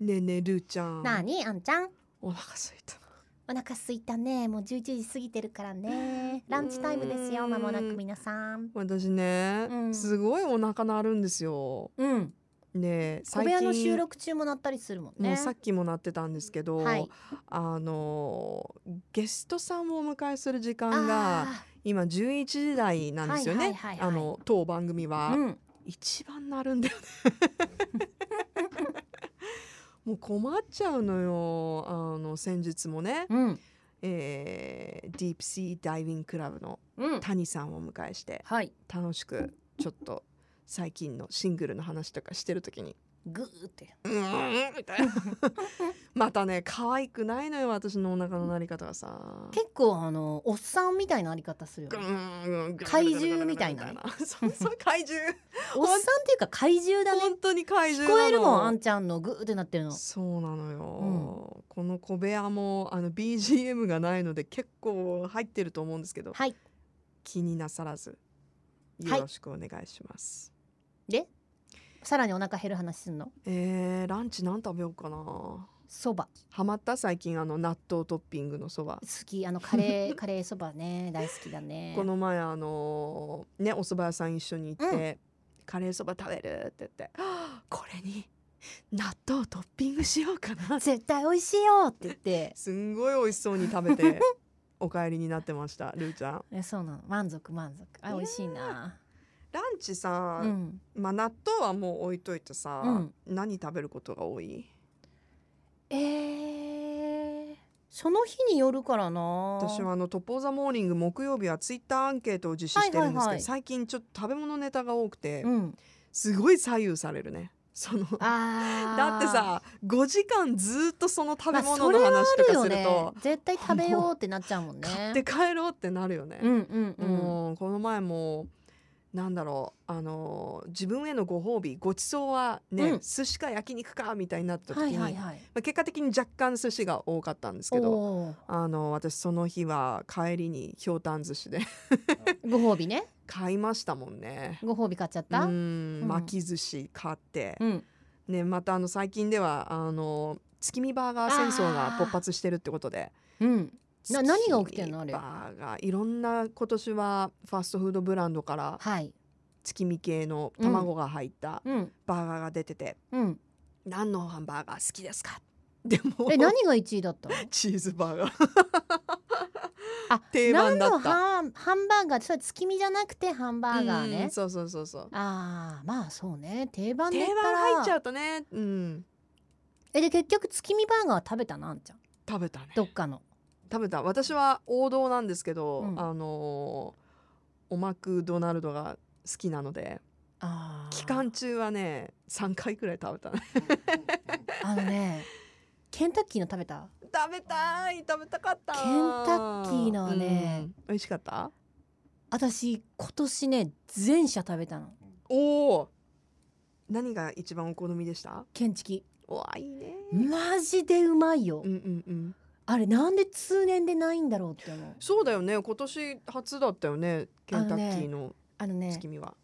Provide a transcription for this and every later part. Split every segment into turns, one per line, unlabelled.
ねえねえるーちゃん
なあにあんちゃん
お腹空いたな
お腹すいたねもう11時過ぎてるからねランチタイムです
うー
よ
ん
まもなく皆さん
私ね、
うん
すごいお腹鳴るんですよ
うん
ねえ
小
最
部
近
屋の収録中もなったりするもん
もう
ね
さっきも鳴ってたんですけど、
はい
あのゲストさんをお迎えする時
あ
間が今11時台なんですよね、
はいはいはいはい
あの当番組は、
ーうん
一番鳴るんだよね もう困っちゃうのよあの先日もね、
うん
えーディープシーダイビングクラブの
うん
谷さんをお迎えして
はい
楽しくちょっと最近のシングルの話とかしてる時に
ぐーって
「うーん」みた いなまたね可愛くないのよ私のお腹の鳴り方がさ。
結構あのおっさんみたいなあり方するよ
グ
ね
ーングーングーン
怪獣みたいなね
グーングーングーンそう そう怪獣
おっさんっていうか怪獣だね
本当に怪
聞
獣
こ
なの
えるもんあんちゃんのぐーってなってるの
そうなのよ、この小部屋もあの BGM がないので結構入ってると思うんですけど
はい
気になさらず
は
よ
い
ろしくお願いします、
でさらにお腹減る話すんの
えー、ランチ何食べようかな
そば
ハマった最近あの納豆トッピングのそば
好きあのカ レーカレーそばね大好きだね
この前あのーねお蕎麦屋さん一緒に行って、カレーそば食べるって言って はあこれに納豆トッピングしようかな
絶対美味しいよって言って
すんごい美味しそうに食べ てお帰りになってましたルーちゃん
えそうなの満足満足あ美味しいな
ランチさ、
うん
まあ納豆はもう置いといてさ、
うん
何食べることが多い
えー、その日によるからな
私はあのトポーザモーニング木曜日はツイッターアンケートを実施してるんですけど、
はいはいはい
最近ちょっと食べ物ネタが多くて、
うん
すごい左右されるねその
あー
だってさ5時間ずっとその食べ
まあ
物の話とかす
そ
る
れはあるよ
と、
ね、絶対食べようってなっちゃうもんね
買って帰ろうってなるよね
う。んうんうん
もうこの前もなんだろうあの自分へのご褒美ごちそうはね、
うん
寿司か焼肉かみたいになった時
は
に、
いはいはい
まあ、結果的に若干寿司が多かったんですけど
おー
あの私その日は帰りにひょうたん寿司で
ご褒美ね
買いましたもんね。
ご褒美買っちゃっ
う
たうん、
ん巻き寿司買って、
うん
ね、またあの最近ではあの月見バーガー戦争が勃発してるってことで
な何が起きてんのあれ
月見バーガーいろんな今年はファストフードブランドから
はい
月見系の卵が入った
うん
バーガーが出てて、
うん
何のハンバーガー好きですかでも
え何が一位だったの
チーズバーガー
あ
定番だった
何のハンハンバーガーそれ月見じゃなくてハンバーガー
う
ね
んそうそうそうそう
ああまあそうね定番だっ
定
たら
番入っちゃうとね、うん、
えで結局月見バーガーは食べたなあんちゃん
食べたね
どっかの
食べた私は王道なんですけど、
うん
あのーおマクドナルドが好きなので
あー
期間中はね3回くらい食べたね
あの ねケンタッキーの食べた
食べたい食べたかった
ケンタッキーのはね
うん美味しかった
私今年ね全社食べたの
おお何が一番お好みでした
ケンチキ
おわいいね
マジでうまいよ、
うんうんうん
あれなんで通年でないんだろうって思う
そうだよね今年初だったよねケンタッキーの
あのね
月見は、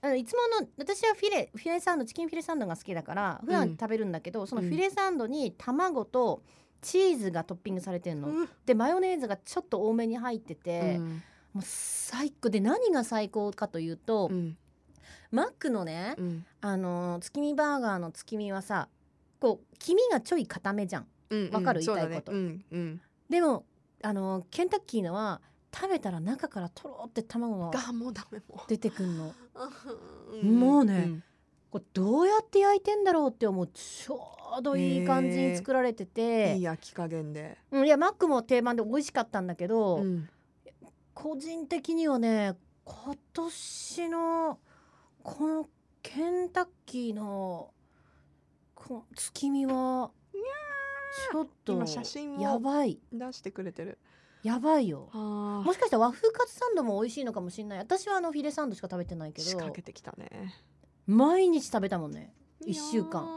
あのいつもの私はフィレフィレサンドチキンフィレサンドが好きだから普
うん
段食べるんだけど、その
うん
フィレサンドに卵とチーズがトッピングされてるの、
うん
でマヨネーズがちょっと多めに入ってて、
うん
もう最高で何が最高かというと、
うん
マックのね、
うん
あのー月見バーガーの月見はさこう黄身がちょい固めじゃん
うん
わかる
そうだ
言いたいこと
ねうんうん
でもあのーケンタッキーのは食べたら中からとろって卵が
がもうダメもう
出てくんの
ん
もうねこれどうやって焼いてんだろうって思うちょうどいい感じに作られてて、
いい焼き加減で、
うん、いやマックも定番で美味しかったんだけど、
うん
個人的にはね今年のこのケンタッキーのこの月見はちょっと
今写真を
やばい
出してくれてる
やばいよ
あ
もしかしたら和風カツサンドも美味しいのかもしれない私はあのフィレサンドしか食べてないけ
仕掛
ど
けてきたね
毎日食べたもんね一週間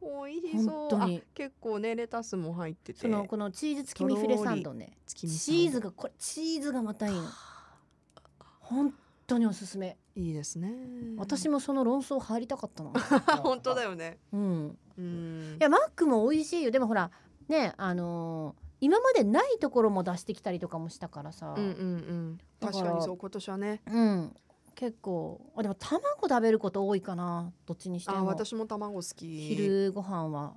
美味しそう
本当に
あ結構ねレタスも入ってて
そのこのチーズ月見フィレサンドね
チ
チーズがこれチーズがまたいいの本当におすすめ
いいですね
私もその論争入りたかったな
本当だよね
うん、
ううん
いやマックも美味しいよでもほらねあのー今までないところも出してきたりとかもしたからさ、
うんうんうん
だから
確かにそう今年はね
うん結構あでも卵食べること多いかなどっちにして
あ
も
私も卵好き
昼ご飯は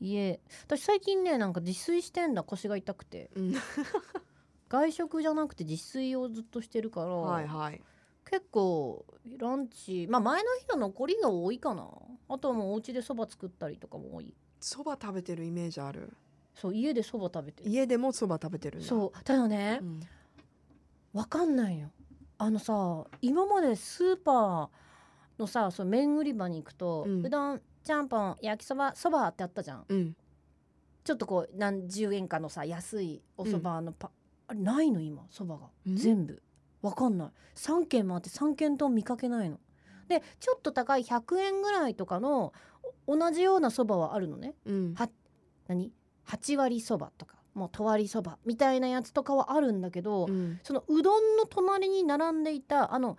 家私最近ねなんか自炊してんだ腰が痛くて
うん
外食じゃなくて自炊をずっとしてるから、
はいはい
結構ランチまあ前の日の残りが多いかなあとはもうお家でそば作ったりとかも多い
そば食べてるイメージある
そう家でそば食べてる
家でもそば食べてるんだ
そうただね
うん、
わかんないよあのさ今までスーパーのさその麺売り場に行くと、
う
うんどんちゃんぽん焼きそばそばってあったじゃん
うん、
ちょっとこう何十円かのさ安いおそばのパ、あれないの今そばが
ん
全部わかんない3軒もあって3軒とも見かけないのでちょっと高い100円ぐらいとかのお同じようなそばはあるのね
うん、
は何8割そばとかもう十割そばみたいなやつとかはあるんだけど、
うん
そのうどんの隣に並んでいたあの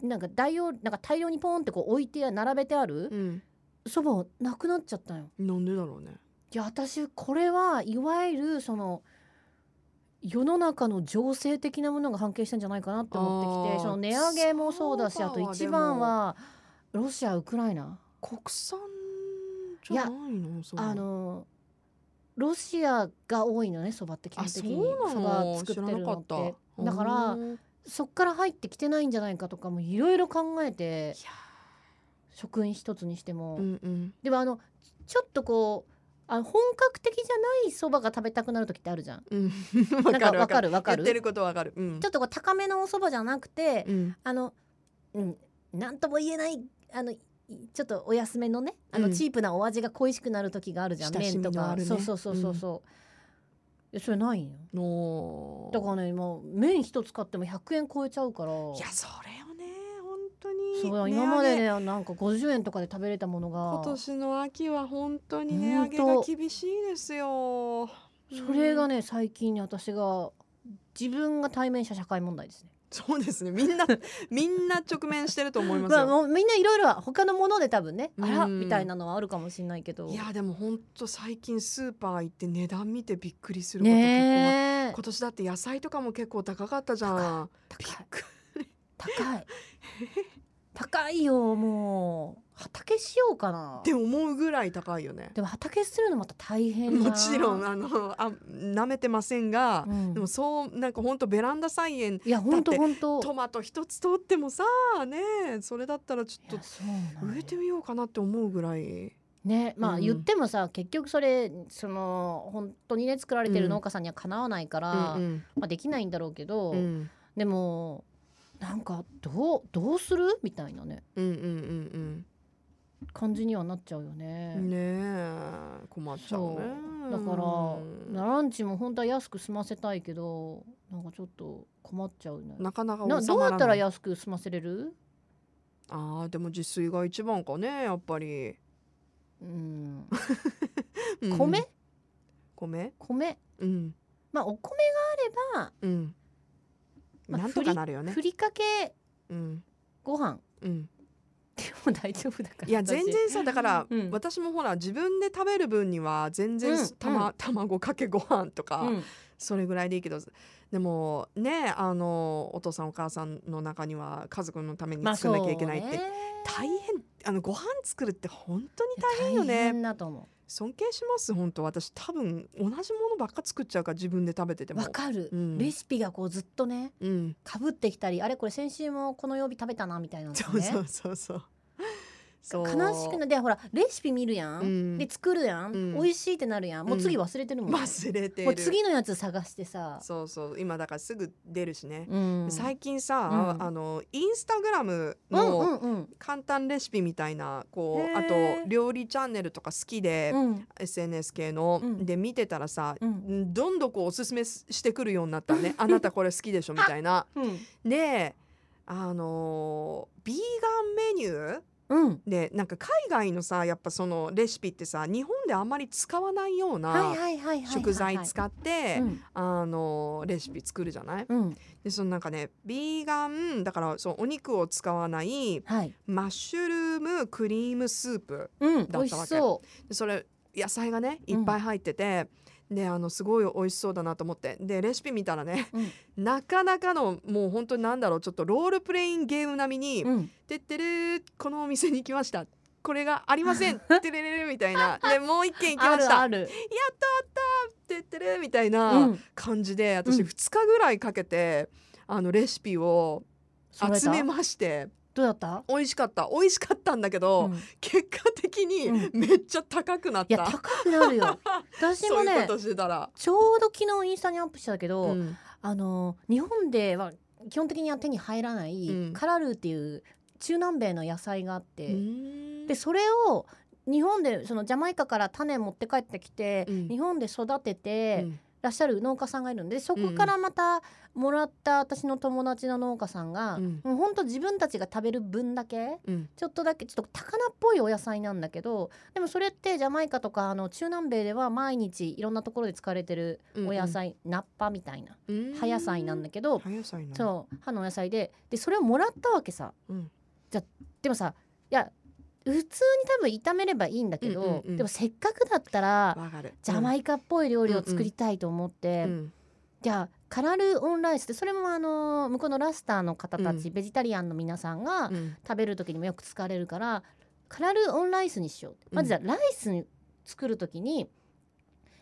なんか大量なんか大量にポンってこう置いて並べてあ
う
る
ん、
そば、なくなっちゃったんよ
なんでだろうね
いや私これはいわゆるその世の中の情勢的なものが関係したんじゃないかなって思っ
あー
てきてその値上げもそうだし
そう
あ
か
と一番はロシアウクライナ
国産じゃないのそ
あのロシアが多いのねそばって基本
あ
的
そう
に
な
そば
の
作
知
って
ら
る
なか
のっ
ってた
だから
おーい
そっから入ってきてないんじゃないかとかもいろいろ考えて
や
食品一つにしても、
ーうんうん
でもあのちょっとこうあ本格的じゃないそばが食べたくなる時ってあるじゃん。
うん
なんかわか
る
るわか
言ってる
る
ことわかるうん
ちょっとこう高めのおそばじゃなくて、
うん
あの、うん、なんとも言えないあのいちょっとお安めのねあ
う
の
ん
チープなお味が恋しくなる時があるじゃん、
親し
麺
み
と
の
か、
あるね
そうそうそうそうそう、いやそれないんよ
の
だからねもう麺一つ買っても100円超えちゃうから
いやそれよね本当に
そう
値
今まで
上げ
ねなんか50円とかで食べれたもの
今
が
年の秋は本当に値上げ
本
が
当
厳しいですよ
それが
ね
ね最近ね私が自分が対面した社会問題ですね。
そうですねみん なみんな直面してると思います
まあ、
よ
もうみんないろいろは他のもので多分ねあら
うん
みたいなのはあるかもしれないけど。
いやでも本当最近スーパー行って値段見てびっくりすること結構ある
ねえ
今年だって野菜とかも結構高かったじゃんびっ
高い
く
高い 高いよもう畑しようかな
って思うぐらい高いよね
でも畑するのまた大変な
もちろん、あのあ舐めてませんが、
うん
でもそうなんか本当ベランダ菜園
いや本当
だって
本当
トマト一つ取ってもさねえそれだったらちょ
い
っ
や
と
そうなんよ
植えてみようかなって思うぐらい
ねまあ
うん
言ってもさ、結局それその本当にね作られて
う
る
ん
農家さんにはかなわないから、
うん
まあ、できないんだろうけど、
うんうん
でもなんかどうどうするみたいなね
うんうん
感じにはなっちゃうよね。
うんうんねえ困っちゃうね
だから、
うん
ランチも本当は安く済ませたいけどなんかちょっと困っちゃうね。
なかなか収ま
な
らない
どうやったら安く済ませれる
あーでも自炊が一番かねやっぱり、
うん
うん
米、
米
米
うん
まあお米があ
うん、
まあ
なんとかなるよ
れば
ね
ふりかけ
うん
ご飯
うん
でも大丈夫だから
いや
私
全然さだから、
うん
私もほら自分で食べる分には全然、
うん
たま
う
卵かけご飯とか、
うん
それぐらいでいいけどでもねあのお父さんお母さんの中には家族のために
まあ
作
そうんね
なきゃいけないって、大変あのご飯作るって本当に大変よね
大変だと思
尊敬します本当私多分同じものばっか作っちゃうから自分で食べてて
う
も
わかる、
うん
レシピがこうずっとね
うん
かぶってきたりあれこれ先週もこの曜日食べたなみたいなの
そう
が
そ
ね
うそうそうそう
悲しくないでほらレシピ見るやん、
うん
で作るやん、
うん
美味しいってなるやんもう次忘れてるもんね、
忘れて
もう
る
次のやつ探してさ、
そうそう今だからすぐ出るしね、
うん、
最近さ、
うん
あのインスタグラム
うん
の
うんうん
簡単レシピみたいなこ
へ
うあ
ー
と料理チャンネルとか好きで、
うん、
SNS 系の、
うん
で見てたらさ、
うん
どんどんこうおすすめしてくるようになったのね あなたこれ好きでしょみたいな。
うん
であのービーガンメニュー
うん、
でなんか海外のさやっぱそのレシピってさ日本であんまり使わないよう
はい
な
はいはいはいはいはい
食材使って
うん
あのレシピ作るじゃない
うん
でそのなんかねビーガンだからそうお肉を使わない
はい
マッシュル包むクリームスープ
うん、美
だっ
味
たわ
し
け
そう。
でそれ野菜がねいっぱい入ってて、であのすごい美味しそうだなと思ってでレシピ見たらね
うん、
なかなかのもう本当になんだろうちょっとロールプレインゲーム並みに
うん、
「てってるーこのお店に行きました」これがありませ ん。てれれれみたいな。で、もう一軒行き
あ
まし
る
た。
ある。、
てってるみたいうなん感じで、
う
私
ん
2日ぐらいかけて、あのレシピを
揃え
集
た
めまして、
どうだった？
美味しかった。美味しかったんだけど、
うんい
結果的に
うん
めっちゃ高くなった。
や高くな るよ。私
そ
も
ういう
ね
こ、としてたら。
ちょうど昨日インスタにアップしたけど、
うん
あの日本では基本的には手に入らない、
うん
カラルーっていう中南米の野菜があって、
うん
でそれを日本でそのジャマイカから種持って帰ってきて、
うん
日本で育てて、
うん
らっしゃる農家さんがいるんでそこからまたもらった私の友達の農家さんが、
うん
もうほんと自分たちが食べる分だけ
うん
ちょっとだけちょっと高菜っぽいお野菜なんだけどでもそれってジャマイカとかあの中南米では毎日いろんなところで使われてるお野菜、ナッパみたいな
うん
葉野菜なんだけど、
葉野菜なの
そう葉のお野菜ででそれをもらったわけさ、
うん
じゃでもさいや普通に多分炒めればいいんだけど、
うんうんうん
でもせっかくだったら
わかる
ジャマイカっぽい料理を作りたいと思って、
うん
じゃあカラルーオンライスってそれもあの向こうのラスターの方たち、
う
ベジタリアンの皆さんが
うん
食べる時にもよく使われるからカラルーオンライスにしようってまずじゃあライスに作る時に、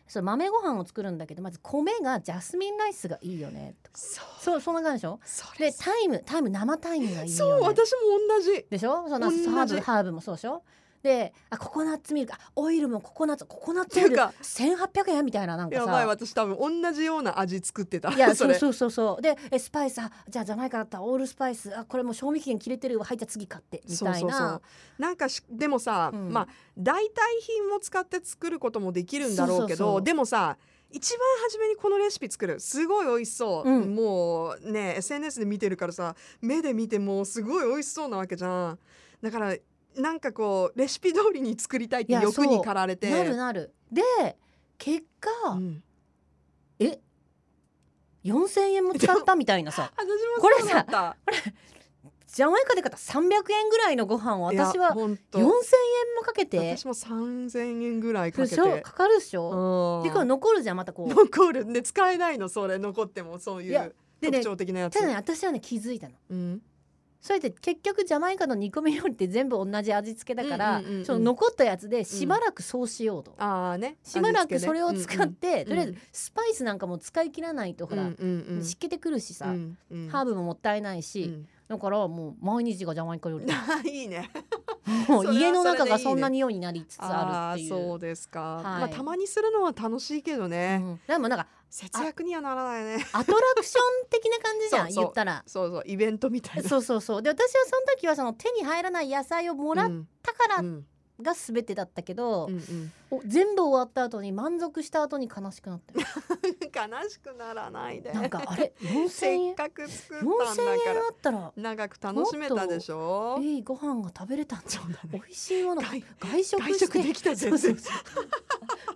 そう豆ご飯を作るんだけどまず米がジャスミンライスがいいよねとか
そう
そうそんな感じでしょ
それ
でタイムタイム生タイムがいい
そう
よね
私も同じ
でしょその
同じ
ハーブハーブもそうでしょであココナッツミルクあオイルもココナッツココナッツオ
っ
イ
てい
ル
うか
1800円みたいななんかさ
やばい私多分同じような味作ってた
いや
そ
そう
れ
そうそうそうでえスパイスあじゃあジャマイカだったらオールスパイスあこれもう賞味期限切れてるわはいじゃあ次買ってみたいな
そうそうそうなんかしでもさ、
うん
まあ代替品も使って作ることもできるんだろうけど
そうそうそう
でもさ一番初めにこのレシピ作るすごい美味しそう、
うん
もうね SNS で見てるからさ目で見てもすごい美味しそうなわけじゃんだからなんかこうレシピ通りに作りたいって
いや
欲
そ
に
う
駆られて
なるなるで結果、
うん
え4000円も使ったみたいなさ
私
こ
も
れ
そうだ
さ
った
ジャマイカで買った300円ぐらいのご飯を
いや
私は
本
4000
当
円もかけて
私も3000円ぐらいか
で
けて
しょかかるでし
う
ょ、
ん
でこれ残るじゃんまたこう
残るで使えないのそれ残ってもそう
い
い
や
う
で
特
ね
徴的なやつ
ただね私はね気づいたの
うん
それで結局ジャマイカの煮込み料理って全部同じ味付けだから、
うんうんうんうん
その残ったやつでしばらくそうしようと、
ああね
しばらくそれを使って、
ん
とりあえずスパイスなんかも使い切らないとほら、湿気てくるしさ、ハー
ブ
ブももったいないし、だからもう毎日がジャマイカ料理
いいねそ
も
れは
う家の中
それでいいね
がそんな匂いになりつつあ
あ
るって
ー
いう。
そうですか、
い
まあたまにするのは楽しいけど
う
ね、
んでもなんか
節約にはならないね
アトラクション的な感じじゃ
そ
ん
うそう
言ったら
そうそうイベントみたいな
そうそうそうで私はその時はその手に入らない野菜をもら
う
っ
ん
たから
うん
が全てだったけど、
うんうん
お全部終わった後に満足した後に悲しくなった よ
悲しくならないで
なんかあれ4000
せっ
円
かく作ったんだ
4000
から
円あったら
長く楽しめたでしょ
いいご飯が食べれたんじゃ
そ
ん
うだね
美味しいもの
外
外食
外
して
食できたぜ
そうそうそう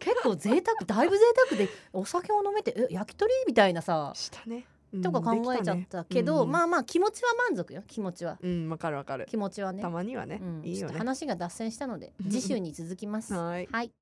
結構贅沢だいぶ贅沢でお酒を飲めてえ焼き鳥みたいなさ
したね、うん
とか考えちゃっ
でき
たけど、
うん
まあまあ気持ちは満足よ気持ちは
うんわかるわかる
気持ちはね
たまにはね、
うん
いい
ちょ
よ
っと
ね
話が脱線したので次週に続きます
はい
はい